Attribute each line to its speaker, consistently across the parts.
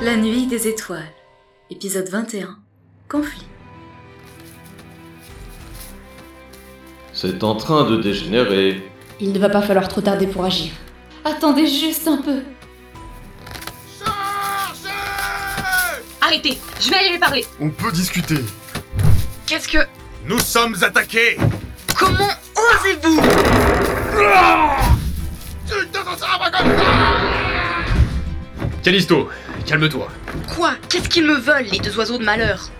Speaker 1: Réveil des étoiles, épisode 21, conflit.
Speaker 2: C'est en train de dégénérer.
Speaker 3: Il ne va pas falloir trop tarder pour agir. Attendez juste un peu.
Speaker 4: Arrêtez, je vais aller lui parler.
Speaker 5: On peut discuter.
Speaker 4: Qu'est-ce que...
Speaker 6: Nous sommes attaqués
Speaker 4: Comment osez-vous
Speaker 6: Callisto, calme-toi.
Speaker 4: Quoi Qu'est-ce qu'ils me veulent, les deux oiseaux de malheur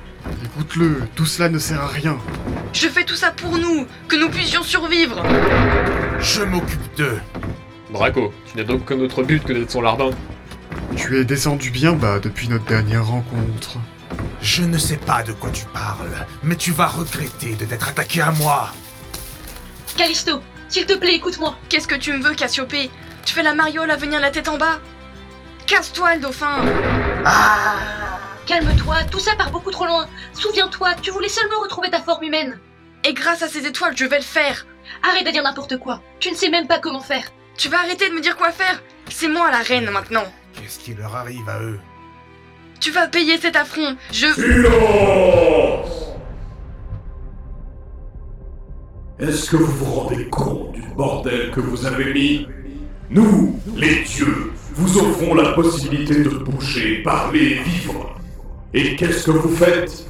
Speaker 5: Écoute-le, tout cela ne sert à rien.
Speaker 4: Je fais tout ça pour nous, que nous puissions survivre.
Speaker 6: Je m'occupe d'eux. Draco, tu n'as donc qu'un autre but que d'être son lardin.
Speaker 5: Tu es descendu bien bas depuis notre dernière rencontre.
Speaker 7: Je ne sais pas de quoi tu parles, mais tu vas regretter de t'être attaqué à moi.
Speaker 8: Callisto, s'il te plaît, écoute-moi.
Speaker 4: Qu'est-ce que tu me veux, Cassiopée Tu fais la mariole à venir la tête en bas Casse-toi, le dauphin
Speaker 8: Calme-toi, tout ça part beaucoup trop loin. Souviens-toi, tu voulais seulement retrouver ta forme humaine.
Speaker 4: Et grâce à ces étoiles, je vais le faire
Speaker 8: Arrête de dire n'importe quoi. Tu ne sais même pas comment faire.
Speaker 4: Tu vas arrêter de me dire quoi faire C'est moi la reine maintenant
Speaker 7: Qu'est-ce qui leur arrive à eux
Speaker 4: Tu vas payer cet affront Je...
Speaker 9: Silence Est-ce que vous vous rendez compte du bordel que vous avez mis Nous, les dieux, vous offrons la possibilité de bouger, parler, vivre. Et qu'est-ce que vous faites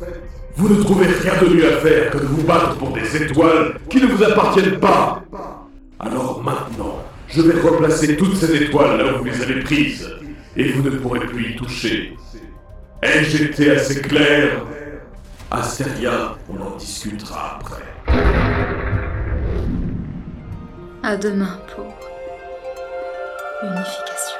Speaker 9: Vous ne trouvez rien de mieux à faire que de vous battre pour des étoiles qui ne vous appartiennent pas. Alors maintenant, je vais replacer toutes ces étoiles là où vous les avez prises, et vous ne pourrez plus y toucher. Ai-je été assez clair Astéria, on en discutera après.
Speaker 1: À demain pour unification.